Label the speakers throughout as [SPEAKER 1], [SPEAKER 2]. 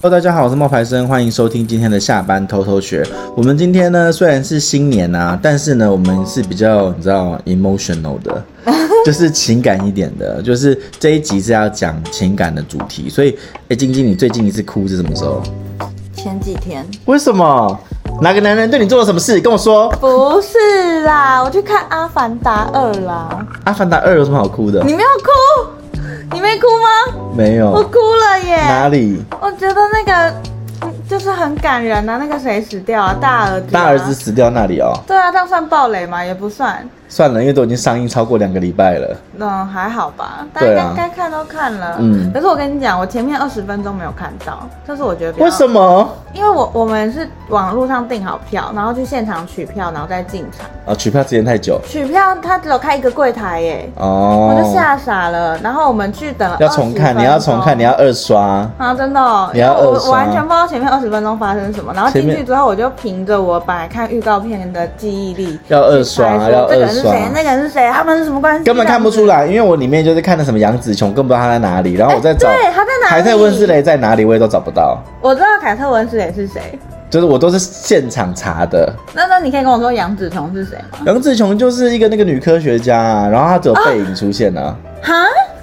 [SPEAKER 1] Hello，大家好，我是冒牌生，欢迎收听今天的下班偷偷学。我们今天呢，虽然是新年啊，但是呢，我们是比较你知道 emotional 的，就是情感一点的，就是这一集是要讲情感的主题。所以，哎，晶晶，你最近一次哭是什么时候？
[SPEAKER 2] 前几天
[SPEAKER 1] 为什么？哪个男人对你做了什么事？跟我说。
[SPEAKER 2] 不是啦，我去看《阿凡达二》啦。
[SPEAKER 1] 《阿凡达二》有什么好哭的？
[SPEAKER 2] 你没有哭？你没哭吗？
[SPEAKER 1] 没
[SPEAKER 2] 我
[SPEAKER 1] 有。
[SPEAKER 2] 哭了
[SPEAKER 1] 哪
[SPEAKER 2] 耶！
[SPEAKER 1] 里？
[SPEAKER 2] 我觉得那个嗯就是很感人啊，那个谁死掉啊？大儿子、
[SPEAKER 1] 大儿子。死掉那里哦。
[SPEAKER 2] 对啊，这样算暴雷吗？也不算。
[SPEAKER 1] 算了，因为都已经上映超过两个礼拜了。
[SPEAKER 2] 嗯，还好吧，大
[SPEAKER 1] 对
[SPEAKER 2] 家
[SPEAKER 1] 啊
[SPEAKER 2] 该该看都看了。
[SPEAKER 1] 嗯
[SPEAKER 2] 可是我跟你讲，我前面二十分钟没有看到，这是我觉得比较
[SPEAKER 1] 为什？么？
[SPEAKER 2] 因为我我们是网络上订好票，然后去现场取票，然后再进场。
[SPEAKER 1] 啊，取票时间太久。
[SPEAKER 2] 取票他只有开一个柜台耶。
[SPEAKER 1] 哦。
[SPEAKER 2] 我就吓傻了。然后我们去等了
[SPEAKER 1] 要重看，
[SPEAKER 2] 20
[SPEAKER 1] 你要重看，你要二刷。
[SPEAKER 2] 啊，真的、哦，
[SPEAKER 1] 你要
[SPEAKER 2] 因为
[SPEAKER 1] 二
[SPEAKER 2] 我
[SPEAKER 1] 刷
[SPEAKER 2] 我完全不知道前面二十分钟发生什么。然后
[SPEAKER 1] 前
[SPEAKER 2] 进
[SPEAKER 1] 面
[SPEAKER 2] 去之后，我就凭着我本来看预告片的记忆力，
[SPEAKER 1] 要二刷
[SPEAKER 2] 猜说
[SPEAKER 1] 要
[SPEAKER 2] 这
[SPEAKER 1] 二
[SPEAKER 2] 个人是
[SPEAKER 1] 刷
[SPEAKER 2] 谁，那个人是谁，他们是什么关系，
[SPEAKER 1] 根本看不出。来，因为我里面就是看的什么杨紫琼，更不知道她在哪里。然后我在找，
[SPEAKER 2] 哎对她在哪里
[SPEAKER 1] 还在温斯雷在哪里，我也都找不到。
[SPEAKER 2] 我知道凯特文是谁是谁，
[SPEAKER 1] 就是我都是现场查的。
[SPEAKER 2] 那那你可以跟我说杨紫琼是谁吗？
[SPEAKER 1] 杨紫琼就是一个那个女科学家、啊，然后她只有背影出现啊。
[SPEAKER 2] 哈，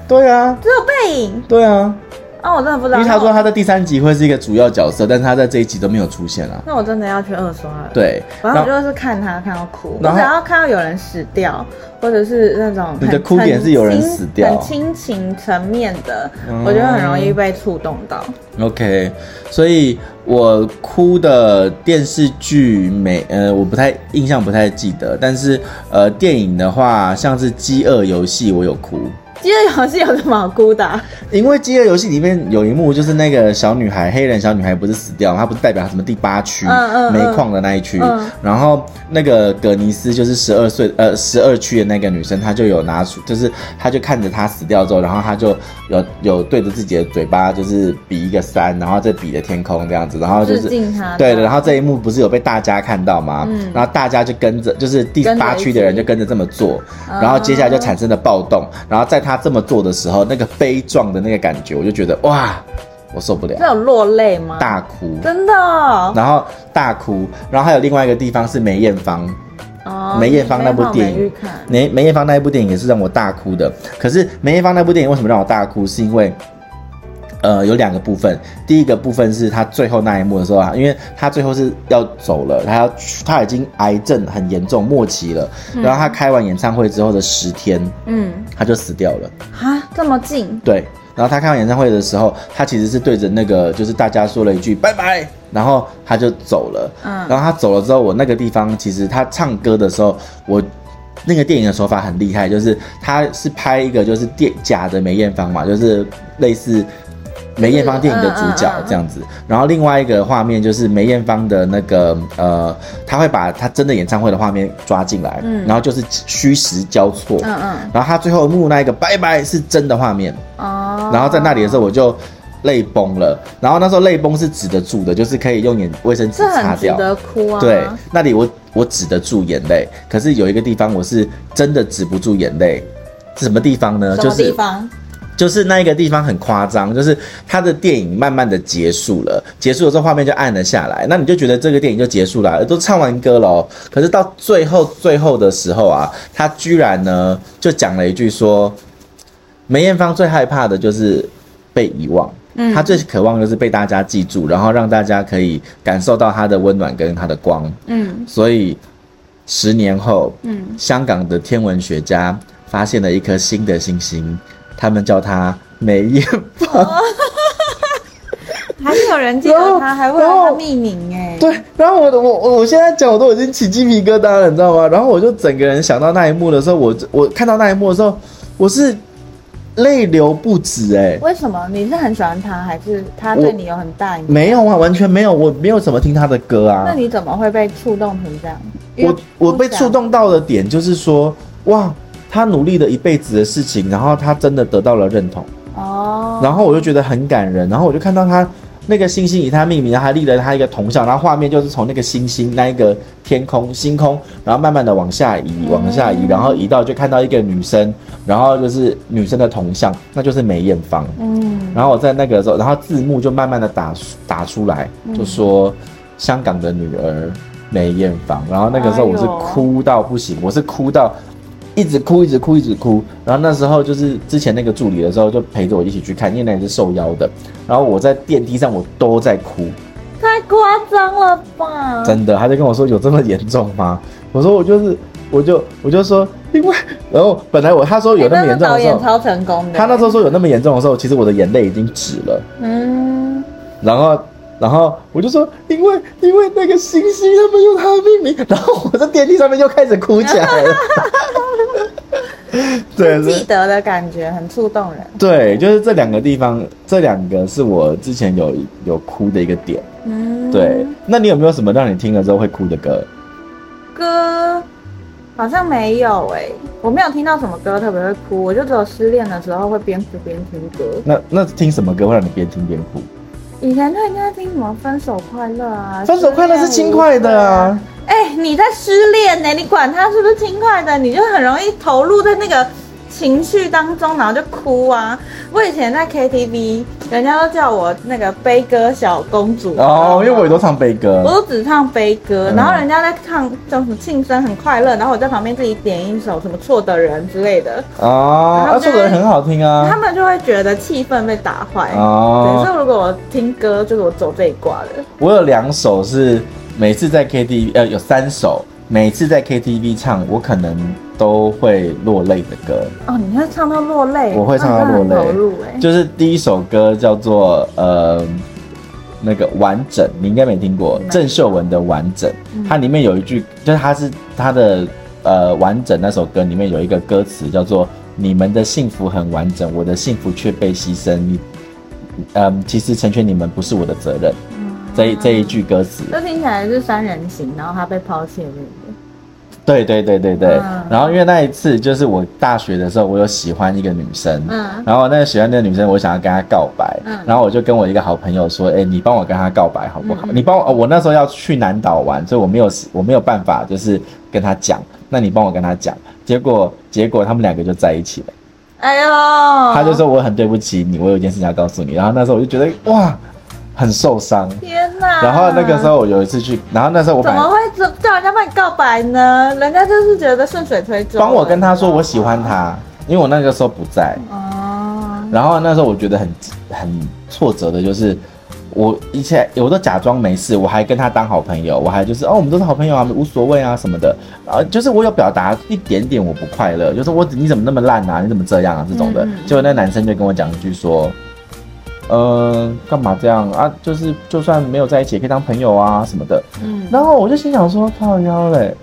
[SPEAKER 1] 对啊，
[SPEAKER 2] 只有背影
[SPEAKER 1] 对啊，
[SPEAKER 2] 啊，我真的不
[SPEAKER 1] 因
[SPEAKER 2] 知道。
[SPEAKER 1] 为她说她在第三集会是一个主要角色，但是她在这一集都没有出现啊。
[SPEAKER 2] 那我真的要去二刷了。，
[SPEAKER 1] 对，
[SPEAKER 2] 反正我
[SPEAKER 1] 然后
[SPEAKER 2] 就是看他看到哭，我
[SPEAKER 1] 然后
[SPEAKER 2] 只要看到有人死掉，或者是那种很
[SPEAKER 1] 你的哭点是有人死掉
[SPEAKER 2] 很亲情层面的，
[SPEAKER 1] 嗯
[SPEAKER 2] 我觉得很容易被触动到。
[SPEAKER 1] OK，所以我哭的电视剧没呃，我不太印象不太记得，但是呃，电影的话，像是《饥饿游戏》，我有哭，
[SPEAKER 2] 饥饿游戏有什么好哭的啊、
[SPEAKER 1] 因为《饥饿游戏》里面有一幕就是那个小女孩，黑人小女孩不是死掉吗，她不是代表什么第八区、
[SPEAKER 2] 嗯嗯嗯
[SPEAKER 1] 煤矿的那一区，
[SPEAKER 2] 嗯
[SPEAKER 1] 然后那个葛尼斯就是十二岁呃十二区的那个女生，她就有拿出，就是她就看着她死掉之后，然后她就有有对着自己的嘴巴就是比一个三，然后再比着天空这样子，然后就是
[SPEAKER 2] 致敬她
[SPEAKER 1] 对的，
[SPEAKER 2] 这样嗯
[SPEAKER 1] 然后这一幕不是有被大家看到吗？然后大家就跟着，就是第
[SPEAKER 2] 跟着
[SPEAKER 1] 八
[SPEAKER 2] 一
[SPEAKER 1] 区的人
[SPEAKER 2] 起
[SPEAKER 1] 就跟着这么做，然后接下来就产生了暴动，然后在他这么做的时候，那个悲壮的那个感觉，我就觉得哇，我受不了
[SPEAKER 2] 这，有落泪吗？
[SPEAKER 1] 大哭，
[SPEAKER 2] 真的哦，
[SPEAKER 1] 然后大哭，然后还有另外一个地方是梅艳芳，
[SPEAKER 2] 哦
[SPEAKER 1] 梅艳芳那部电
[SPEAKER 2] 没
[SPEAKER 1] 影
[SPEAKER 2] 有去看，
[SPEAKER 1] 梅梅艳芳那一部电影也是让我大哭的。可是梅艳芳那部电影为什么让我大哭？是因为，呃，有两个部分。第一个部分是她最后那一幕的时候啊，因为她最后是要走了，她要她已经癌症很严重末期了。然后她开完演唱会之后的十天，
[SPEAKER 2] 嗯，
[SPEAKER 1] 她就死掉了。
[SPEAKER 2] 哈，这么近，
[SPEAKER 1] 对。然后她开完演唱会的时候，她其实是对着那个就是大家说了一句拜拜，然后她就走了。
[SPEAKER 2] 嗯
[SPEAKER 1] 然后她走了之后，我那个地方其实她唱歌的时候，我那个电影的手法很厉害，就是她是拍一个就是电假的梅艳芳嘛，就是类似。梅艳芳电影的主角
[SPEAKER 2] 嗯嗯嗯嗯
[SPEAKER 1] 这样子，然后另外一个画面就是梅艳芳的那个呃，她会把她真的演唱会的画面抓进来，
[SPEAKER 2] 嗯
[SPEAKER 1] 然后就是虚实交错，
[SPEAKER 2] 嗯嗯，
[SPEAKER 1] 然后她最后一幕那一个拜拜是真的画面，
[SPEAKER 2] 哦，
[SPEAKER 1] 然后在那里的时候我就泪崩了，然后那时候泪崩是止得住的，就是可以用眼卫生纸
[SPEAKER 2] 这
[SPEAKER 1] 擦
[SPEAKER 2] 很值
[SPEAKER 1] 掉。
[SPEAKER 2] 得哭啊。
[SPEAKER 1] 对，那里我我止得住眼泪，可是有一个地方我是真的止不住眼泪，是什么地方呢？
[SPEAKER 2] 什
[SPEAKER 1] 就
[SPEAKER 2] 么地
[SPEAKER 1] 是
[SPEAKER 2] 方？
[SPEAKER 1] 就是那一个地方很夸张，就是他的电影慢慢的结束了，结束了之后画面就暗了下来，那你就觉得这个电影就结束了，都唱完歌了哦、可是到最后最后的时候啊，他居然呢就讲了一句说，梅艳芳最害怕的就是被遗忘。
[SPEAKER 2] 嗯
[SPEAKER 1] 她最渴望就是被大家记住，然后让大家可以感受到她的温暖跟她的光。
[SPEAKER 2] 嗯
[SPEAKER 1] 所以，十年后，
[SPEAKER 2] 嗯，
[SPEAKER 1] 香港的天文学家发现了一颗新的星星，他们叫它梅艳芳。
[SPEAKER 2] 还是有人记
[SPEAKER 1] 然后
[SPEAKER 2] 得 他，还为
[SPEAKER 1] 然
[SPEAKER 2] 了
[SPEAKER 1] 后
[SPEAKER 2] 他命名哎。
[SPEAKER 1] 哦对，然后我的我我我现在讲我都已经起鸡皮疙瘩了，你知道吗？然后我就整个人想到那一幕的时候，我我看到那一幕的时候，我是泪流不止哎、
[SPEAKER 2] 为什么？你是很喜欢他，还是他对你有很大影响？
[SPEAKER 1] 没有啊，完全没有，我没有怎么听他的歌啊。
[SPEAKER 2] 那你怎么会被触动成这样？
[SPEAKER 1] 我我被触，动到的点就是说，哇，他努力了一辈子的事情，然后他真的得到了认同。
[SPEAKER 2] 哦，
[SPEAKER 1] 然后我就觉得很感人，然后我就看到他那个星星以它命名，然后它立了它一个铜像，然后画面就是从那个星星那一个天空星空，然后慢慢的往下移，往下移，然后移到就看到一个女生，然后就是女生的铜像，那就是梅艳芳。
[SPEAKER 2] 嗯，
[SPEAKER 1] 然后我在那个的时候，然后字幕就慢慢的打打出来，
[SPEAKER 2] 嗯
[SPEAKER 1] 就说香港的女儿梅艳芳。然后那个时候我是
[SPEAKER 2] 哎呦
[SPEAKER 1] 哭到不行，我是哭到一直哭，一直哭，一直哭。然后那时候就是之前那个助理的时候，就陪着我一起去看，因为那也是受邀的。然后我在电梯上我都在哭，
[SPEAKER 2] 嗯太夸张了吧？哎
[SPEAKER 1] 真的，他就跟我说有这么严重吗？我说我就是，我就我就说，因为然后本来我他说有那么
[SPEAKER 2] 哎
[SPEAKER 1] 严
[SPEAKER 2] 个
[SPEAKER 1] 重
[SPEAKER 2] 导
[SPEAKER 1] 的时
[SPEAKER 2] 演
[SPEAKER 1] 候，
[SPEAKER 2] 超成功的。
[SPEAKER 1] 他那时候说有那么严重的时候，其实我的眼泪已经止了。
[SPEAKER 2] 嗯，
[SPEAKER 1] 然后，然后我就说，因为因为那个星星他们用它的命名，然后我在电梯上面又开始哭起来 了。对，
[SPEAKER 2] 记
[SPEAKER 1] 是
[SPEAKER 2] 得的感觉很触动人。
[SPEAKER 1] 对，就是这两个地方，这两个是我之前有有哭的一个点。
[SPEAKER 2] 嗯，
[SPEAKER 1] 对，那你有没有什么让你听了之后会哭的歌？
[SPEAKER 2] 歌好像没有哎、我没有听到什么歌特别会哭，我就只有失恋的时候会边哭边听歌。
[SPEAKER 1] 那那听什么歌会让你边听边哭？
[SPEAKER 2] 以前就应该听什么《分手快乐》啊，
[SPEAKER 1] 分手快乐是轻快的啊
[SPEAKER 2] 失恋无罪。哎、你在失恋呢、你管它是不是轻快的，你就很容易投入在那个情绪当中，然后就哭啊。我以前在 KTV，人家都叫我那个悲歌小公主
[SPEAKER 1] 哦，因为我也都唱悲
[SPEAKER 2] 我
[SPEAKER 1] 歌。
[SPEAKER 2] 都只唱悲歌，
[SPEAKER 1] 嗯
[SPEAKER 2] 然后人家在唱叫什么庆生很快乐，然后我在旁边自己点一首什么错的人之类的，
[SPEAKER 1] 哦，
[SPEAKER 2] 然
[SPEAKER 1] 啊，
[SPEAKER 2] 后就
[SPEAKER 1] 这个人很好听
[SPEAKER 2] 他
[SPEAKER 1] 啊。
[SPEAKER 2] 们就会觉得气氛被打坏。对，
[SPEAKER 1] 哦，
[SPEAKER 2] 所以如果我听歌，就是我走这一挂的。
[SPEAKER 1] 我有两首是每次在 KTV，呃，有三首，每次在 KTV 唱，我可能都会落泪的歌。
[SPEAKER 2] 哦，你会唱到落泪，
[SPEAKER 1] 我会唱到落泪
[SPEAKER 2] 那你很投入哎、
[SPEAKER 1] 就是第一首歌叫做呃那个完整，你应该没听过
[SPEAKER 2] 没有
[SPEAKER 1] 郑秀文的《完整》
[SPEAKER 2] 嗯，
[SPEAKER 1] 它里面有一句，就是它是它的呃完整那首歌里面有一个歌词叫做“你们的幸福很完整，我的幸福却被牺牲”，你嗯、其实成全你们不是我的责任，这一这一句歌词，
[SPEAKER 2] 这听起来是三人行，然后他被抛弃的那个。
[SPEAKER 1] 对对对对对
[SPEAKER 2] 嗯。
[SPEAKER 1] 然后因为那一次就是我大学的时候，我有喜欢一个女生，
[SPEAKER 2] 嗯
[SPEAKER 1] 然后那个喜欢那个女生，我想要跟她告白，
[SPEAKER 2] 嗯
[SPEAKER 1] 然后我就跟我一个好朋友说，哎、你帮我跟她告白好不好？
[SPEAKER 2] 嗯嗯
[SPEAKER 1] 你帮我、哦我那时候要去南岛玩，所以我没有我没有办法就是跟她讲，那你帮我跟她讲。结果结果他们两个就在一起了，
[SPEAKER 2] 哎呦，
[SPEAKER 1] 他
[SPEAKER 2] 他
[SPEAKER 1] 就说我很对不起你，我有一件事情要告诉你。然后那时候我就觉得哇，很受伤。
[SPEAKER 2] 天哪！
[SPEAKER 1] 然后那个时候我有一次去，然后那时候我
[SPEAKER 2] 啊怎
[SPEAKER 1] 本来
[SPEAKER 2] 么会叫人家帮你告白呢？人家就是觉得顺水推舟。
[SPEAKER 1] 帮我跟她说我喜欢。她，因为我那个时候不在，
[SPEAKER 2] 哦，
[SPEAKER 1] 然后那时候我觉得很很挫折的，就是我一切我都假装没事，我还跟他当好朋友，我还就是哦，我们都是好朋友啊，无所谓啊什么的。啊，就是我有表达一点点我不快乐，就是我你怎么那么烂啊，你怎么这样啊这种的
[SPEAKER 2] 嗯嗯。
[SPEAKER 1] 结果那男生就跟我讲一句说。呃，干嘛这样啊？就是就算没有在一起，也可以当朋友啊什么的。
[SPEAKER 2] 嗯，
[SPEAKER 1] 然后我就心想说，靠腰 嘞，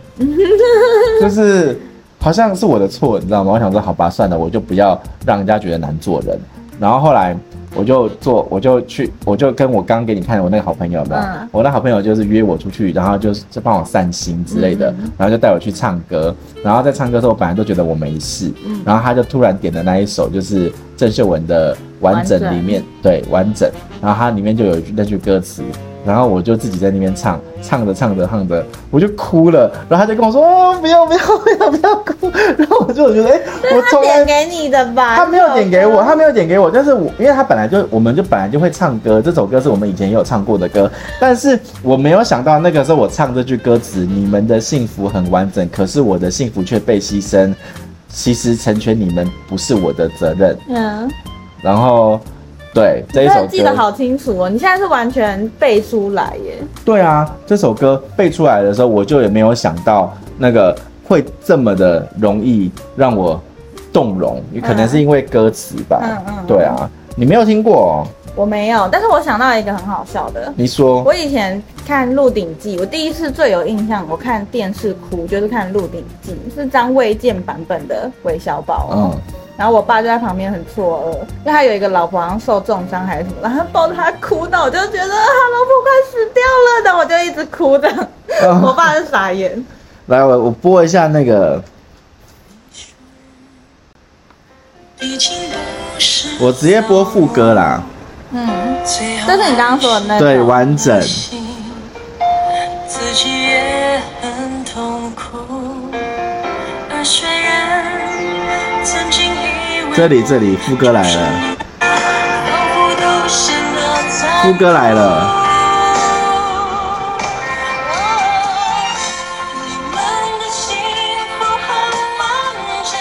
[SPEAKER 1] 就是好像是我的错，你知道吗？我想说，好吧，算了，我就不要让人家觉得难做人。然后后来我就做，我就去，我就跟我刚给你看的我那个好朋友嘛，
[SPEAKER 2] 嗯
[SPEAKER 1] 我那好朋友就是约我出去，然后就是就帮我散心之类的，
[SPEAKER 2] 嗯
[SPEAKER 1] 然后就带我去唱歌。然后在唱歌的时候，我本来都觉得我没事，
[SPEAKER 2] 嗯
[SPEAKER 1] 然后他就突然点的那一首就是郑秀文的《完整》
[SPEAKER 2] 完整
[SPEAKER 1] 里面，对，完整。然后它里面就有一句那句歌词，然后我就自己在那边唱，唱着唱着唱着，我就哭了。然后他就跟我说：“哦，不要不要不要不要哭。”然后我就觉得，哎、我
[SPEAKER 2] 他
[SPEAKER 1] 从来
[SPEAKER 2] 点给你的吧？
[SPEAKER 1] 他没有点给我，他没有点给我，但是我因为他本来就我们就本来就会唱歌，这首歌是我们以前也有唱过的歌，但是我没有想到那个时候我唱这句歌词，你们的幸福很完整，可是我的幸福却被牺牲，其实成全你们不是我的责任。
[SPEAKER 2] 嗯，
[SPEAKER 1] 然后，对这一
[SPEAKER 2] 真
[SPEAKER 1] 首
[SPEAKER 2] 的
[SPEAKER 1] 歌，
[SPEAKER 2] 记得好清楚哦。你现在是完全背出来耶。
[SPEAKER 1] 对啊，这首歌背出来的时候，我就也没有想到那个会这么的容易让我动容，可能是因为歌词吧。
[SPEAKER 2] 嗯嗯嗯
[SPEAKER 1] 对啊，你没有听过、哦。
[SPEAKER 2] 我没有，但是我想到一个很好笑的。
[SPEAKER 1] 你说
[SPEAKER 2] 我以前看《鹿鼎记》，我第一次最有印象，我看电视哭就是看《鹿鼎记》，是张卫健版本的韦小宝。
[SPEAKER 1] 嗯，
[SPEAKER 2] 然后我爸就在旁边很错愕，因为他有一个老婆好像受重伤还是什么，然后抱着他哭，那我就觉得啊，老婆快死掉了，然后我就一直哭的，
[SPEAKER 1] 嗯
[SPEAKER 2] 我爸就傻眼。
[SPEAKER 1] 来我我播一下那个，
[SPEAKER 3] 已经不是
[SPEAKER 1] 我直接播副歌啦。
[SPEAKER 2] 嗯，就是你刚刚说的那
[SPEAKER 1] 对，
[SPEAKER 2] 种。
[SPEAKER 1] 完整。
[SPEAKER 3] 自己也很痛苦，而虽然曾经以为
[SPEAKER 1] 这里这里副歌来了，
[SPEAKER 3] 仿佛都显得残
[SPEAKER 1] 副
[SPEAKER 3] 酷
[SPEAKER 1] 歌来了，
[SPEAKER 3] 你们的幸福很完整，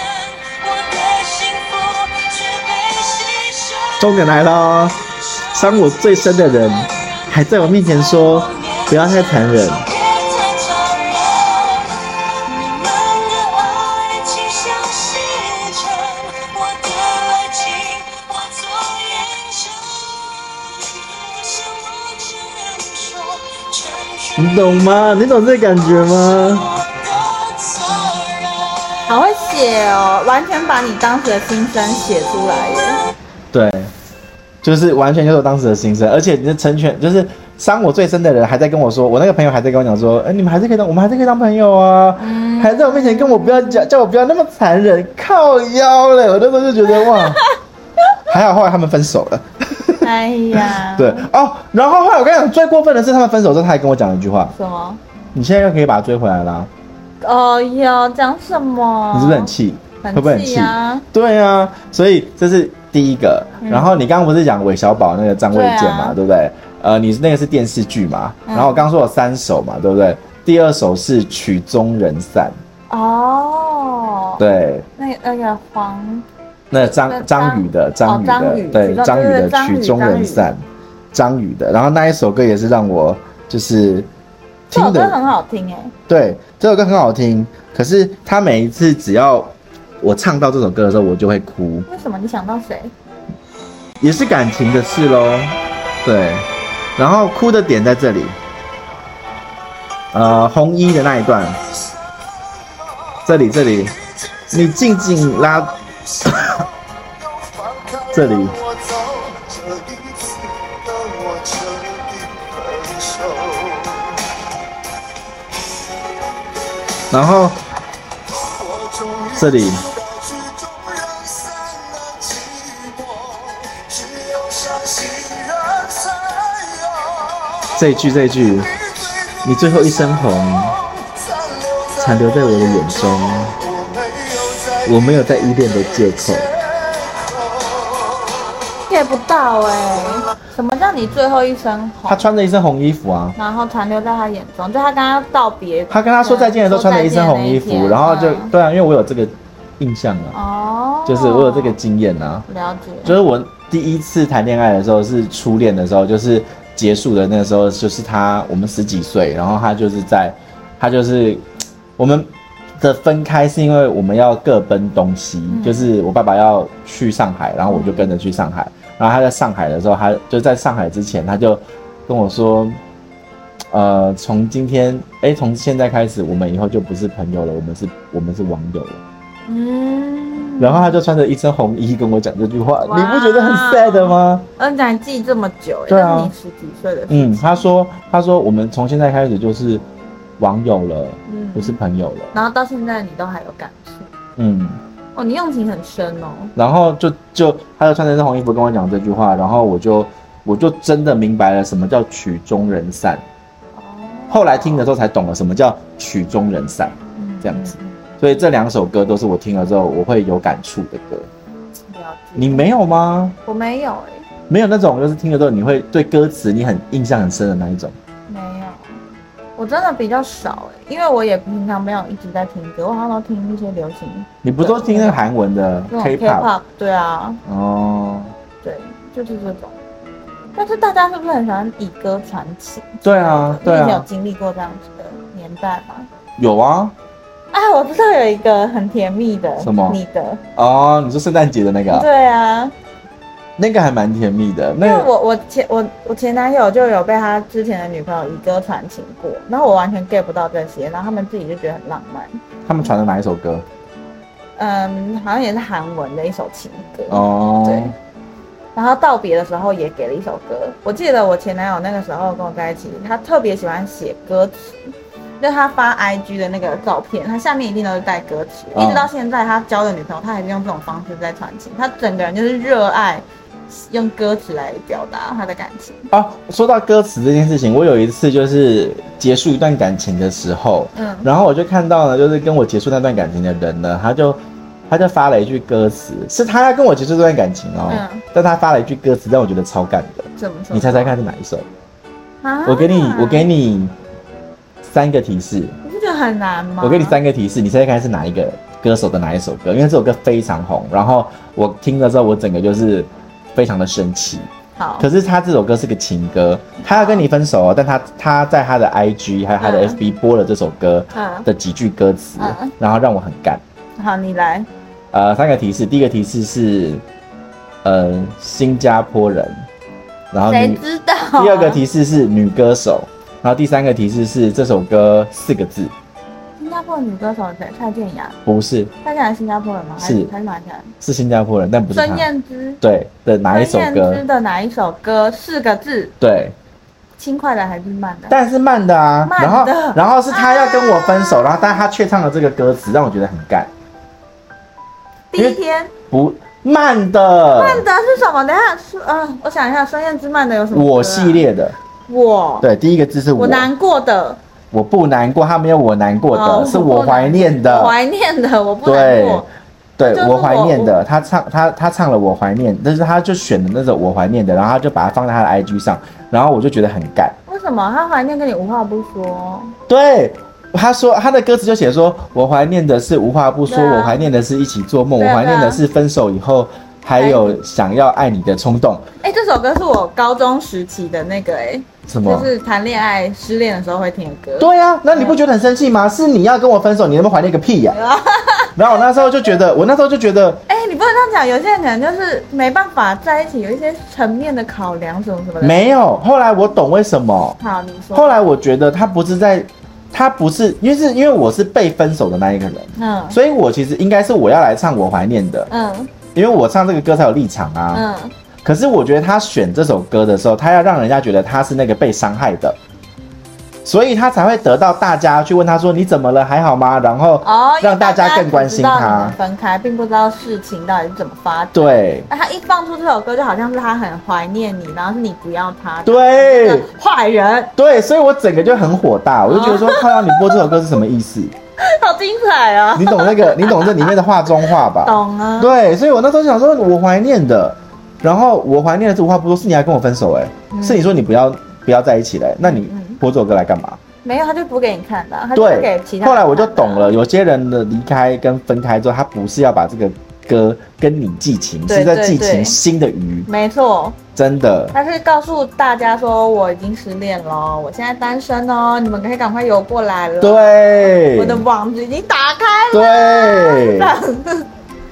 [SPEAKER 3] 我的幸福却被牺牲。
[SPEAKER 1] 重点来了哦，伤我最深的人还在我面前说不要太残忍，
[SPEAKER 3] 别太残忍，你们的爱情像星辰，我的爱情化作眼神。我想我只能说，成全
[SPEAKER 1] 你懂吗？你懂这感觉吗？
[SPEAKER 3] 我的责任。
[SPEAKER 2] 好会写哦，完全把你当时的心声写出来 耶。
[SPEAKER 1] 对，就是完全就是我当时的心声，而且你的成全就是伤我最深的人还在跟我说，我那个朋友还在跟我讲说，哎、你们还是可以当，我们还是可以当朋友啊，还在我面前跟我不要讲，叫我不要那么残忍，靠腰嘞，我那时候就觉得哇，还好后来他们分手了。
[SPEAKER 2] 哎呀，
[SPEAKER 1] 对，哦，然后后来我跟你讲，最过分的是他们分手之后，他还跟我讲了一句话
[SPEAKER 2] 什么？：“
[SPEAKER 1] 你现在又可以把他追回来啦、
[SPEAKER 2] 哦哟，讲什么？
[SPEAKER 1] 你是不是很？气？
[SPEAKER 2] 哦很
[SPEAKER 1] 会不会很
[SPEAKER 2] 气
[SPEAKER 1] 气？
[SPEAKER 2] 啊
[SPEAKER 1] 对啊，所以这是第一个。然后你刚刚不是讲韦小宝那个张卫健嘛，
[SPEAKER 2] 嗯对啊嗯
[SPEAKER 1] 对不对？呃，你是那个是电视剧嘛，然后我刚刚说有三首嘛，对不对？第二首是《曲终人散
[SPEAKER 2] 哦》，，
[SPEAKER 1] 对，
[SPEAKER 2] 那那个黄，
[SPEAKER 1] 那
[SPEAKER 2] 那
[SPEAKER 1] 张张宇的
[SPEAKER 2] 呃
[SPEAKER 1] 张
[SPEAKER 2] 张
[SPEAKER 1] 宇
[SPEAKER 2] 哦张
[SPEAKER 1] 的
[SPEAKER 2] 宇
[SPEAKER 1] 对
[SPEAKER 2] 曲终
[SPEAKER 1] 张宇的
[SPEAKER 2] 对对
[SPEAKER 1] 《
[SPEAKER 2] 张宇
[SPEAKER 1] 曲终人散》，张宇的。然后那一首歌也是让我就是
[SPEAKER 2] 这首
[SPEAKER 1] 听
[SPEAKER 2] 歌
[SPEAKER 1] 的
[SPEAKER 2] 很好听哎。
[SPEAKER 1] 对，这首歌很好听，可是他每一次只要我唱到这首歌的时候，我就会哭，
[SPEAKER 2] 为什么你想到谁？
[SPEAKER 1] 也是感情的事喽。对，然后哭的点在这里，呃，红衣的那一段，这里这里，你静静拉， 这里然后这里。这一句这一句，你最后一身红，残留在我的眼中，我没有再依恋的借口。
[SPEAKER 2] get 不到哎。什么叫你最后一声
[SPEAKER 1] 他
[SPEAKER 2] 红？
[SPEAKER 1] 穿着一身红衣服啊，
[SPEAKER 2] 然后残留在他眼中，就他刚刚道别，
[SPEAKER 1] 他跟他说再见的时候穿着一身红衣
[SPEAKER 2] 说再
[SPEAKER 1] 服，
[SPEAKER 2] 见那一天
[SPEAKER 1] 然后就
[SPEAKER 2] 嗯
[SPEAKER 1] 对啊，因为我有这个印象啊，
[SPEAKER 2] 哦，
[SPEAKER 1] 就是我有这个经验啊，
[SPEAKER 2] 了解，
[SPEAKER 1] 就是我第一次谈恋爱的时候是初恋的时候，就是结束的那个时候，就是他我们十几岁，然后他就是在他就是我们的分开是因为我们要各奔东西，就是我爸爸要去上海，然后我就跟着去上海，然后他在上海的时候，他就在上海之前他就跟我说。呃，从今天，哎，从现在开始，我们以后就不是朋友了，我们是，我们是网友了。
[SPEAKER 2] 嗯，
[SPEAKER 1] 然后他就穿着一身红衣跟我讲这句话，
[SPEAKER 2] 哇
[SPEAKER 1] 你不觉得很 sad 吗？
[SPEAKER 2] 而且还记这么久，哎
[SPEAKER 1] 对啊
[SPEAKER 2] 那是你十几岁的时候，
[SPEAKER 1] 嗯，他说他说我们从现在开始就是网友了，
[SPEAKER 2] 嗯
[SPEAKER 1] 不是朋友了。
[SPEAKER 2] 然后到现在你都还有感触，
[SPEAKER 1] 嗯，
[SPEAKER 2] 哦，你用情很深哦，
[SPEAKER 1] 然后就就他就穿着一身红衣服跟我讲这句话，然后我就我就真的明白了什么叫曲终人散。
[SPEAKER 2] 哦
[SPEAKER 1] 后来听的时候才懂了什么叫曲终人散，
[SPEAKER 2] 嗯
[SPEAKER 1] 这样子，所以这两首歌都是我听了之后我会有感触的歌。
[SPEAKER 2] 嗯了解，
[SPEAKER 1] 你没有吗？
[SPEAKER 2] 我没有哎，
[SPEAKER 1] 没有那种就是听了之后你会对歌词你很印象很深的那一种。
[SPEAKER 2] 没有。我真的比较少哎，因为我也平常没有一直在听歌，我好像都听一些流行
[SPEAKER 1] 你不都听那个韩文的
[SPEAKER 2] 那种
[SPEAKER 1] K-pop？
[SPEAKER 2] K-pop，对啊，
[SPEAKER 1] 哦，
[SPEAKER 2] 对，就是这种。但是大家是不是很喜欢以歌传情？
[SPEAKER 1] 对啊，对
[SPEAKER 2] 你以前有
[SPEAKER 1] 啊，
[SPEAKER 2] 经历过这样子的年代吗？
[SPEAKER 1] 有啊。
[SPEAKER 2] 啊，我知道有一个很甜蜜的，
[SPEAKER 1] 什么
[SPEAKER 2] 你的，
[SPEAKER 1] 哦，你说圣诞节的那个啊，哎
[SPEAKER 2] 对啊，
[SPEAKER 1] 那个还蛮甜蜜的。那
[SPEAKER 2] 因为
[SPEAKER 1] 个
[SPEAKER 2] 我我前我我前男友就有被他之前的女朋友以歌传情过，然后我完全 get 不到这些，然后他们自己就觉得很浪漫。
[SPEAKER 1] 他们传的哪一首歌？
[SPEAKER 2] 嗯，好像也是韩文的一首情歌，
[SPEAKER 1] 哦
[SPEAKER 2] 对，然后道别的时候也给了一首歌。我记得我前男友那个时候跟我在一起，他特别喜欢写歌词，就他发 IG 的那个照片，他下面一定都是带歌词。
[SPEAKER 1] 嗯
[SPEAKER 2] 一直到现在，他交的女朋友，他还是用这种方式在传情。他整个人就是热爱用歌词来表达他的感情。
[SPEAKER 1] 哦，说到歌词这件事情，我有一次就是结束一段感情的时候，
[SPEAKER 2] 嗯
[SPEAKER 1] 然后我就看到呢，就是跟我结束那段感情的人呢，他就他就发了一句歌词，是他要跟我结束这段感情哦，
[SPEAKER 2] 嗯
[SPEAKER 1] 但他发了一句歌词让我觉得超感的，
[SPEAKER 2] 怎么说？
[SPEAKER 1] 你猜猜看是哪一首？
[SPEAKER 2] 啊
[SPEAKER 1] 我给你，我给，你三个提示，
[SPEAKER 2] 你不觉得很难吗？
[SPEAKER 1] 我给你三个提示，你猜猜看是哪一个歌手的哪一首歌？因为这首歌非常红，然后我听了之后，我整个就是非常的生气。
[SPEAKER 2] 好
[SPEAKER 1] 可，是他这首歌是个情歌，他要跟你分手哦，但他他在他的 IG 还有他的
[SPEAKER 2] 嗯
[SPEAKER 1] FB 播了这首歌
[SPEAKER 2] 嗯
[SPEAKER 1] 的几句歌词
[SPEAKER 2] 嗯，
[SPEAKER 1] 然后让我很干。
[SPEAKER 2] 好，你来。
[SPEAKER 1] 呃，三个提示，第一个提示是，呃，新加坡人，然后
[SPEAKER 2] 谁
[SPEAKER 1] 女，
[SPEAKER 2] 知道、啊？
[SPEAKER 1] 第二个，提示是女歌手，然后第三个提示是这首歌四个字，
[SPEAKER 2] 新加坡女歌手谁？蔡健雅，
[SPEAKER 1] 不是
[SPEAKER 2] 蔡健雅是新加坡人吗？还
[SPEAKER 1] 是
[SPEAKER 2] 还是马来西亚人？
[SPEAKER 1] 是新加坡人，但不是
[SPEAKER 2] 孙
[SPEAKER 1] 他，
[SPEAKER 2] 燕姿。
[SPEAKER 1] 对的哪一首
[SPEAKER 2] 孙
[SPEAKER 1] 歌
[SPEAKER 2] 燕？姿的哪一首歌？四个字，
[SPEAKER 1] 对，
[SPEAKER 2] 轻快的还是慢的？
[SPEAKER 1] 但是慢的啊，
[SPEAKER 2] 慢
[SPEAKER 1] 然后
[SPEAKER 2] 的啊
[SPEAKER 1] 然后是他要跟我分手，然后但他却唱了这个歌词，让我觉得很干。
[SPEAKER 2] 第一天
[SPEAKER 1] 不慢的，
[SPEAKER 2] 慢的是什么？等一下是呃，我想一下，孙燕姿慢的有什么、
[SPEAKER 1] 我系，列的，
[SPEAKER 2] 我
[SPEAKER 1] 对，第一个字是我，
[SPEAKER 2] 我难过的，
[SPEAKER 1] 我不难过，他没有我难过的，
[SPEAKER 2] 哦
[SPEAKER 1] 是我怀念的，
[SPEAKER 2] 我怀念的，我不难
[SPEAKER 1] 对
[SPEAKER 2] 过。。
[SPEAKER 1] 对
[SPEAKER 2] 就是
[SPEAKER 1] 我怀念
[SPEAKER 2] 我
[SPEAKER 1] 的，他唱他他唱了我怀念，但是他就选的那首我怀念的，然后他就把它放在他的 IG 上，然后我就觉得很干。
[SPEAKER 2] 为什么他怀念跟你无话不说？
[SPEAKER 1] 对，他说他的歌词就写说，我怀念的是无话不说，
[SPEAKER 2] 对啊
[SPEAKER 1] 我怀念的是一起做梦，
[SPEAKER 2] 对啊
[SPEAKER 1] 我怀念
[SPEAKER 2] 对
[SPEAKER 1] 的
[SPEAKER 2] 啊
[SPEAKER 1] 是分手以后还有想要爱你的冲动，
[SPEAKER 2] 哎、这首歌是我高中时期的那个哎、
[SPEAKER 1] 什么？
[SPEAKER 2] 就是谈恋爱失恋的时候会听的歌。
[SPEAKER 1] 对呀、那你不觉得很生气
[SPEAKER 2] 啊
[SPEAKER 1] 吗？是你要跟我分手，你能不能怀念个屁 呀、然后我那时候就觉得，我那时候就觉得，
[SPEAKER 2] 哎、你不能这样讲，有些人可能就是没办法在一起，有一些层面的考量什么什么的。
[SPEAKER 1] 没有。后来我懂为什么，
[SPEAKER 2] 好，你说。
[SPEAKER 1] 后来我觉得他不是在，他不是，因为是因为我是被分手的那一个人，
[SPEAKER 2] 嗯
[SPEAKER 1] 所以我其实应该是我要来唱我怀念的，
[SPEAKER 2] 嗯
[SPEAKER 1] 因为我唱这个歌才有立场啊。
[SPEAKER 2] 嗯，
[SPEAKER 1] 可是我觉得他选这首歌的时候，他要让人家觉得他是那个被伤害的。所以他才会得到大家去问他说你怎么了还好吗？然后
[SPEAKER 2] 哦，
[SPEAKER 1] 让大家
[SPEAKER 2] 因为
[SPEAKER 1] 更关心
[SPEAKER 2] 只知道你
[SPEAKER 1] 他
[SPEAKER 2] 们。分开，并不知道事情到底是怎么发展。
[SPEAKER 1] 对，
[SPEAKER 2] 那他一放出这首歌，就好像是他很怀念你，然后是你不要他，
[SPEAKER 1] 对
[SPEAKER 2] 是个坏人，
[SPEAKER 1] 对，所以我整个就很火大，我就觉得说，看到你播这首歌是什么意思？
[SPEAKER 2] 好精彩啊！
[SPEAKER 1] 你懂那个，你懂这里面的话中话吧？
[SPEAKER 2] 懂啊？
[SPEAKER 1] 对，所以我那时候想说，我怀念的，然后我怀念的是无话不说，是你还跟我分手、欸，哎、是你说你不要不要在一起嘞、那你
[SPEAKER 2] 嗯嗯
[SPEAKER 1] 播这首歌来干嘛？
[SPEAKER 2] 没有，他就不给你看的啊，他就不
[SPEAKER 1] 对
[SPEAKER 2] 给其，他。啊
[SPEAKER 1] 后来我就懂，了，有些人的离开跟分开之后，他不是要把这个歌跟你寄情，
[SPEAKER 2] 对
[SPEAKER 1] 是在
[SPEAKER 2] 对
[SPEAKER 1] 寄
[SPEAKER 2] 对
[SPEAKER 1] 情新的鱼，
[SPEAKER 2] 没错，
[SPEAKER 1] 真的。
[SPEAKER 2] 他是告诉大家说我已经失恋了，我现在单身哦，你们可以赶快游过来了。，
[SPEAKER 1] 对，
[SPEAKER 2] 我的网子已经打开了。
[SPEAKER 1] 对
[SPEAKER 2] 这，样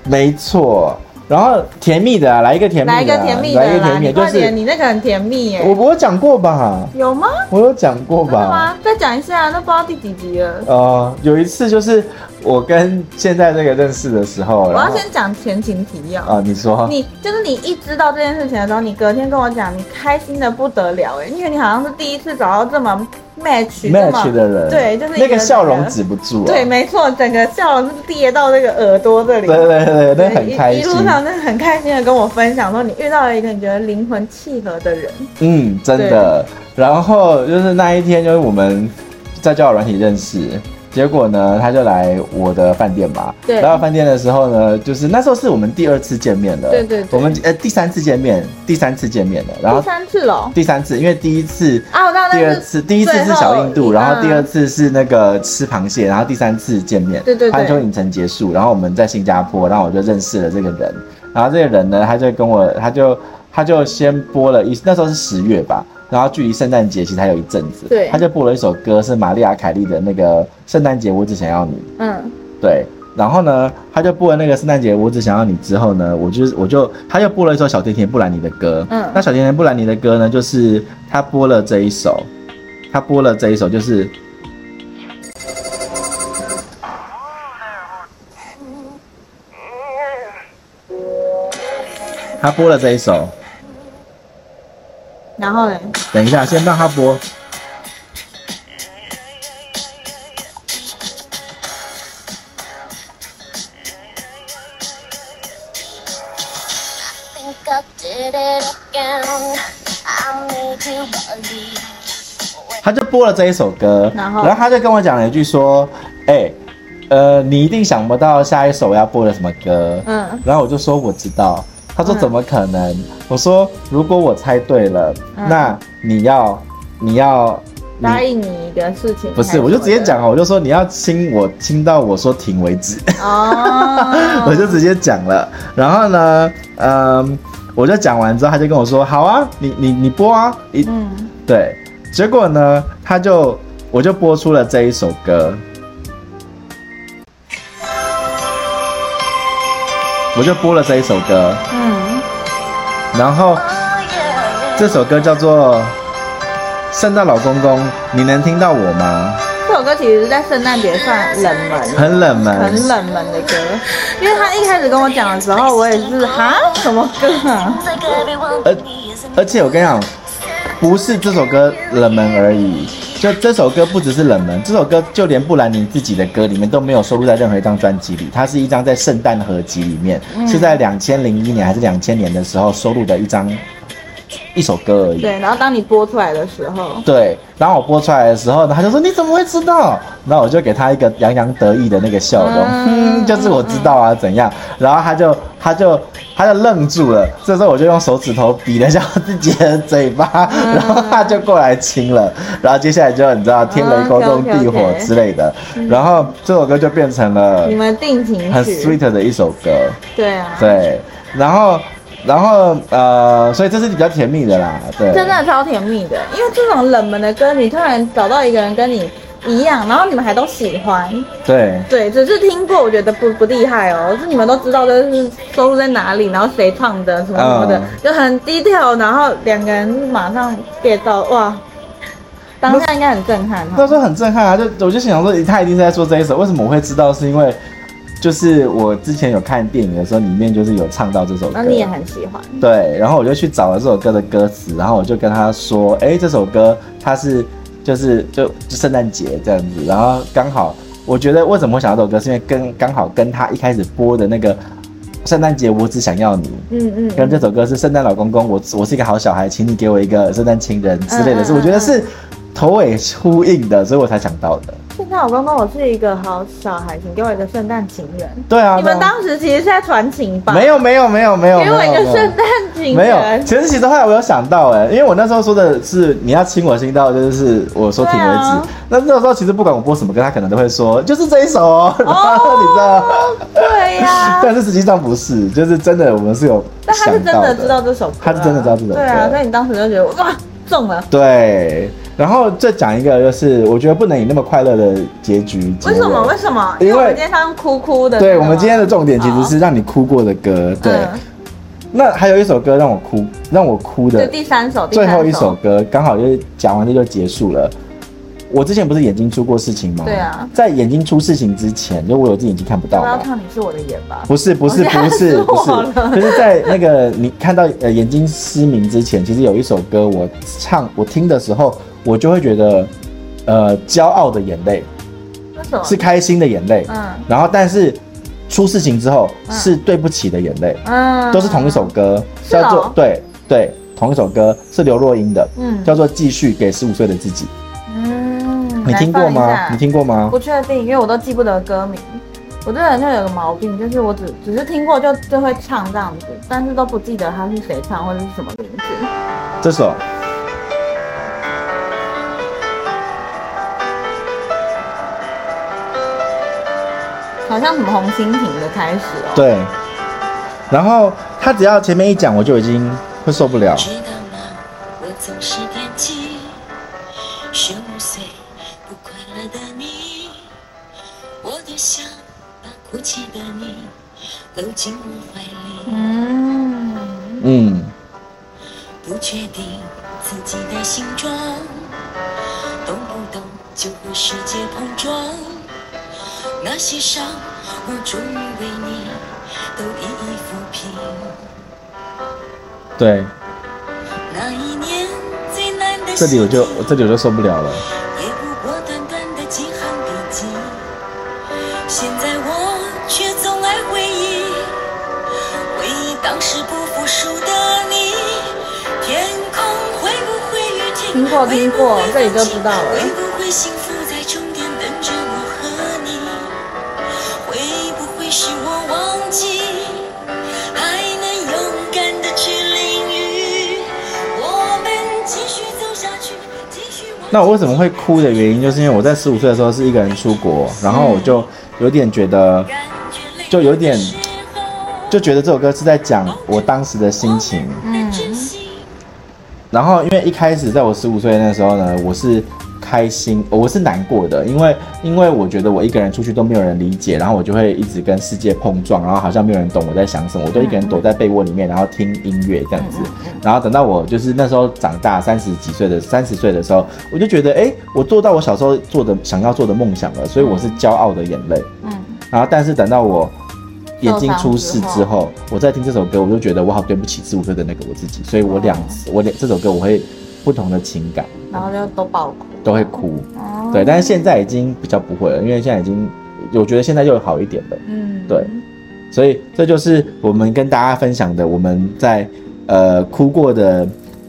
[SPEAKER 1] 没错。然后甜蜜的、啊，来一个甜蜜的、啊，
[SPEAKER 2] 来一个甜蜜
[SPEAKER 1] 来一
[SPEAKER 2] 的
[SPEAKER 1] 个
[SPEAKER 2] 啦！
[SPEAKER 1] 甜蜜的，
[SPEAKER 2] 你
[SPEAKER 1] 就
[SPEAKER 2] 快点，
[SPEAKER 1] 是
[SPEAKER 2] 你那个很甜蜜耶。
[SPEAKER 1] 我我有讲过吧，
[SPEAKER 2] 有吗？
[SPEAKER 1] 我有讲过
[SPEAKER 2] 真的
[SPEAKER 1] 吧。
[SPEAKER 2] 吗？再讲一下，那不知道第几集了。
[SPEAKER 1] 呃，有一次就是我跟现在这个认识的时候，
[SPEAKER 2] 我
[SPEAKER 1] 然
[SPEAKER 2] 要
[SPEAKER 1] 后
[SPEAKER 2] 先讲前情提要。
[SPEAKER 1] 啊、你说
[SPEAKER 2] 你就是你一知道这件事情的时候，你隔天跟我讲，你开心的不得了哎，因为你好像是第一次找到这么 match 这么
[SPEAKER 1] match 的人，
[SPEAKER 2] 对，就是一
[SPEAKER 1] 那个笑容
[SPEAKER 2] 人
[SPEAKER 1] 止不住、啊，
[SPEAKER 2] 对，没错，整个笑容是裂到这个耳朵这里。
[SPEAKER 1] 对对对对，那
[SPEAKER 2] 一
[SPEAKER 1] 很开
[SPEAKER 2] 一
[SPEAKER 1] 心
[SPEAKER 2] 路，上真的很开心的跟我分享说，你遇到了一个你觉得灵魂契合的人。
[SPEAKER 1] 嗯，真的。然后就是那一天，就是我们在交友软体认识，结果呢，他就来我的饭店嘛。
[SPEAKER 2] 对
[SPEAKER 1] 来我饭店的时候呢，就是那时候是我们第二次见面了。
[SPEAKER 2] 对对对
[SPEAKER 1] 我们呃第三次见面，第三次见面了。然后
[SPEAKER 2] 第三次了
[SPEAKER 1] 第三次，因为第一次。
[SPEAKER 2] 啊，我知道那
[SPEAKER 1] 第二
[SPEAKER 2] 是
[SPEAKER 1] 次，第一次是小印度，然后第二次是那个吃螃蟹，然后第三次见面，
[SPEAKER 2] 对对对
[SPEAKER 1] 环球影城结束，然后我们在新加坡，然后我就认识了这个人，然后这个人呢，他就跟我，他就他就先播了一，那时候是十月吧，然后距离圣诞节其实还有一阵子，
[SPEAKER 2] 对
[SPEAKER 1] 他就播了一首歌，是玛丽亚凯莉的那个《圣诞节我只想要你》，
[SPEAKER 2] 嗯
[SPEAKER 1] 对。然后呢，他就播了那个圣诞节我只想要你之后呢，我就我就他又播了一首小甜甜布兰妮的歌，
[SPEAKER 2] 嗯
[SPEAKER 1] 那小甜甜布兰妮的歌呢，就是他播了这一首，他播了这一首就是他播了这一首，
[SPEAKER 2] 然后嘞，
[SPEAKER 1] 等一下先让他播，
[SPEAKER 3] think I did it
[SPEAKER 1] 他就播了这一首歌，
[SPEAKER 2] 然后
[SPEAKER 1] 他就跟我讲了一句说：“哎、呃，你一定想不到下一首我要播的什么歌。”
[SPEAKER 2] 嗯
[SPEAKER 1] 然后我就说我知道。他说
[SPEAKER 2] 嗯
[SPEAKER 1] 怎么可能？我说如果我猜对了，
[SPEAKER 2] 嗯
[SPEAKER 1] 那你要你要你
[SPEAKER 2] 答应你一个事情还什么的，
[SPEAKER 1] 不是，我就直接讲哦，我就说你要亲我，亲到我说停为 止，，
[SPEAKER 2] 哦
[SPEAKER 1] 我就直接讲了。然后呢，嗯，我就讲完之后，他就跟我说好啊，你你你播啊，一
[SPEAKER 2] 嗯，
[SPEAKER 1] 对。结果呢，他就我就播出了这一首歌，我就播了这一首歌，
[SPEAKER 2] 嗯，
[SPEAKER 1] 然后这首歌叫做《圣诞老公公》，你能听到我吗？
[SPEAKER 2] 这首歌其实在圣诞节算冷门。
[SPEAKER 1] 很冷门，
[SPEAKER 2] 很冷门的歌，因为他一开始跟我讲的时候，我也是哈什么歌啊？
[SPEAKER 1] 而而且我跟你讲，不是这首歌冷门而已，就这首歌不只是冷门，这首歌就连布兰妮自己的歌里面都没有收录在任何一张专辑里，它是一张在圣诞合集里面，
[SPEAKER 2] 嗯
[SPEAKER 1] 是在两千零一年还是两千年的时候收录的一张一首歌而已。
[SPEAKER 2] 对，然后当你播出来的时候，
[SPEAKER 1] 对，然后我播出来的时候，他就说你怎么会知道？然后我就给他一个洋洋得意的那个笑容，
[SPEAKER 2] 嗯
[SPEAKER 1] 嗯，就是我知道啊，怎样？然后他就他就他就愣住了，这时候我就用手指头比了一下自己的嘴巴，
[SPEAKER 2] 嗯
[SPEAKER 1] 然后他就过来亲了，然后接下来就你知道天雷勾动地火
[SPEAKER 2] OK，OK，OK
[SPEAKER 1] 之类的，
[SPEAKER 2] 嗯
[SPEAKER 1] 然后这首歌就变成了
[SPEAKER 2] 你们定情
[SPEAKER 1] 很
[SPEAKER 2] 曲，
[SPEAKER 1] sweet 的一首歌，
[SPEAKER 2] 对啊，
[SPEAKER 1] 对，然后然后呃，所以这是比较甜蜜的啦，对，
[SPEAKER 2] 真的超甜蜜的，因为这种冷门的歌，你突然找到一个人跟你一样，然后你们还都喜欢，
[SPEAKER 1] 对。
[SPEAKER 2] 对，只是听过，我觉得不不厉害哦，是你们都知道这是收入在哪里，然后谁唱的什么什么的，
[SPEAKER 1] 嗯
[SPEAKER 2] 就很低调，然后两个人马上 get 到，哇，当下应该很震撼哦
[SPEAKER 1] 那
[SPEAKER 2] 哈。
[SPEAKER 1] 时候很震撼啊，就我就想说，他一定是在说这一首。为什么我会知道？是因为就是我之前有看电影的时候，里面就是有唱到这首歌。
[SPEAKER 2] 那啊你也很喜欢，
[SPEAKER 1] 对，然后我就去找了这首歌的歌词，然后我就跟他说，哎、这首歌它是就是就就圣诞节这样子，然后刚好我觉得为什么会想到这首歌，是因为跟刚好跟他一开始播的那个圣诞节我只想要你，
[SPEAKER 2] 嗯
[SPEAKER 1] 跟
[SPEAKER 2] 嗯，
[SPEAKER 1] 这首歌是《圣诞老公公》，我我是一个好小孩，请你给我一个圣诞情人之
[SPEAKER 2] 嗯
[SPEAKER 1] 类的，是我觉得是头尾呼应的，所以我才想到的。
[SPEAKER 2] 现在我刚刚我是一个好小孩，请给我一个圣诞情人。
[SPEAKER 1] 对啊，
[SPEAKER 2] 你
[SPEAKER 1] 对
[SPEAKER 2] 们
[SPEAKER 1] 啊
[SPEAKER 2] 当时其实是在传情吧？
[SPEAKER 1] 没有没有没有没有没
[SPEAKER 2] 给
[SPEAKER 1] 有
[SPEAKER 2] 我一个
[SPEAKER 1] 没有
[SPEAKER 2] 圣诞情
[SPEAKER 1] 没有，
[SPEAKER 2] 人。
[SPEAKER 1] 其实其实后来我有想到哎、因为我那时候说的是你要亲我亲到就是我说停为
[SPEAKER 2] 对
[SPEAKER 1] 止，
[SPEAKER 2] 啊
[SPEAKER 1] 那那时候其实不管我播什么歌，他可能都会说就是这一首哦， 然后你知道，
[SPEAKER 2] 对 呀、
[SPEAKER 1] 但是实际上不是，就是真的我们是有
[SPEAKER 2] 但他是
[SPEAKER 1] 想
[SPEAKER 2] 真
[SPEAKER 1] 到
[SPEAKER 2] 的知道这首歌啊、
[SPEAKER 1] 他是真的知道这首歌
[SPEAKER 2] 对啊，所以你当时就觉得哇中了。
[SPEAKER 1] 对，然后再讲一个，就是我觉得不能以那么快乐的结局结
[SPEAKER 2] 为
[SPEAKER 1] 尾
[SPEAKER 2] 什么？为什么？
[SPEAKER 1] 因为
[SPEAKER 2] 因为我们今天唱哭哭的。
[SPEAKER 1] 对
[SPEAKER 2] 是
[SPEAKER 1] 我
[SPEAKER 2] 吗
[SPEAKER 1] 们今天的重点其实是让你哭过的歌。对，
[SPEAKER 2] 嗯
[SPEAKER 1] 那还有一首歌让我哭，让我哭
[SPEAKER 2] 这
[SPEAKER 1] 的
[SPEAKER 2] 第三首，第
[SPEAKER 1] 最
[SPEAKER 2] 三
[SPEAKER 1] 后一首。歌，刚好就是讲完这就结束了。我之前不是眼睛出过事情吗？
[SPEAKER 2] 对啊
[SPEAKER 1] 在眼睛出事情之前，就我有只眼睛看不到
[SPEAKER 2] 我要
[SPEAKER 1] 嘛。
[SPEAKER 2] 唱你是我的眼吧。
[SPEAKER 1] 不是不是
[SPEAKER 2] 哦吓
[SPEAKER 1] 不是
[SPEAKER 2] 死
[SPEAKER 1] 不
[SPEAKER 2] 我
[SPEAKER 1] 是，
[SPEAKER 2] 了
[SPEAKER 1] 就是在那个你看到呃眼睛失明之前，其实有一首歌我唱我听的时候，我就会觉得呃骄傲的眼泪
[SPEAKER 2] 那什么？
[SPEAKER 1] 是开心的眼泪，
[SPEAKER 2] 哦嗯
[SPEAKER 1] 然后但是出事情之后
[SPEAKER 2] 嗯
[SPEAKER 1] 是对不起的眼泪，
[SPEAKER 2] 嗯
[SPEAKER 1] 都是同一首。歌，
[SPEAKER 2] 是哦
[SPEAKER 1] 叫做对对同一首歌是刘若英的，
[SPEAKER 2] 嗯
[SPEAKER 1] 叫做继续给十五岁的自己，
[SPEAKER 2] 嗯，
[SPEAKER 1] 你听过
[SPEAKER 2] 来放
[SPEAKER 1] 吗？
[SPEAKER 2] 一下
[SPEAKER 1] 你？听过吗？
[SPEAKER 2] 不确定，因为我都记不得歌名。我这个人就有个毛病，就是我只只是听过就就会唱这样子，但是都不记得他是谁唱或者是什么名字。
[SPEAKER 1] 这首
[SPEAKER 2] 好像什么红蜻蜓的开始哦。
[SPEAKER 1] 对，然后他只要前面一讲，我就已经会受不了。
[SPEAKER 4] 知道吗？我总是惦记十五岁不快乐的你，我多想把哭泣的你搂进我怀里，
[SPEAKER 2] 嗯，
[SPEAKER 1] 嗯，
[SPEAKER 4] 不确定自己的形状，动不动就和世界碰撞，那些伤我终于为你都一一抚平。
[SPEAKER 1] 对，
[SPEAKER 4] 那一年最难的
[SPEAKER 1] 这里我就
[SPEAKER 4] 事
[SPEAKER 1] 这里我就受不了了。
[SPEAKER 4] 也不过短短的几行笔记，现在我却总爱回忆，回忆当时不服输的你，天空会不会
[SPEAKER 2] 听过听过，这里就知道了
[SPEAKER 4] 会。不会幸福在终点等着我和你？会不会是我忘记？还能勇敢的去淋雨，我们继续走下去，继续往前。
[SPEAKER 1] 那我为什么会哭的原因，就是因为我在十五岁的时候是一个人出国，然后我就有点觉得，
[SPEAKER 4] 感觉累
[SPEAKER 1] 就有点
[SPEAKER 4] 的时候
[SPEAKER 1] 就觉得这首歌是在讲我当时的心情。
[SPEAKER 4] 嗯。珍惜
[SPEAKER 1] 然后因为一开始在我十五岁那时候呢，我是开心，我是难过的，因为因为我觉得我一个人出去都没有人理解，然后我就会一直跟世界碰撞，然后好像没有人懂我在想什么，我都一个人躲在被窝里面，然后听音乐这样子。然后等到我就是那时候长大三十几岁的三十岁的时候，我就觉得诶，我做到我小时候做的想要做的梦想了，所以我是骄傲的眼泪。
[SPEAKER 2] 嗯，
[SPEAKER 1] 然后但是等到我眼睛出事之后，我再听这首歌，我就觉得我好对不起十五岁的那个我自己，所以我两、次，我两这首歌我会不同的情感
[SPEAKER 2] 然后就都爆哭。
[SPEAKER 1] 都会哭，
[SPEAKER 2] 哦
[SPEAKER 1] 对，但是现在已经比较不会了，因为现在已经我觉得现在又好一点了，
[SPEAKER 2] 嗯，
[SPEAKER 1] 对，所以这就是我们跟大家分享的我们在呃哭过的。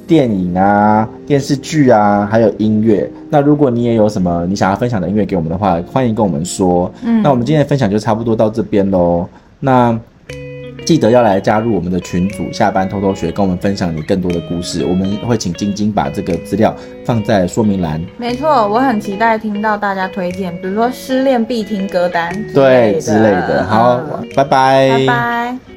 [SPEAKER 1] 电影啊、电视剧啊，还有音乐。那如果你也有什么你想要分享的音乐给我们的话，欢迎跟我们说。
[SPEAKER 2] 嗯
[SPEAKER 1] 那我们今天的分享就差不多到这边喽。那记得要来加入我们的群组，下班偷偷学，跟我们分享你更多的故事。我们会请晶晶把这个资料放在说明栏，
[SPEAKER 2] 没错，我很期待听到大家推荐，比如说失恋必听歌单之类
[SPEAKER 1] 对
[SPEAKER 2] 的
[SPEAKER 1] 之类的。好
[SPEAKER 2] 嗯，
[SPEAKER 1] 拜拜，
[SPEAKER 2] 拜拜。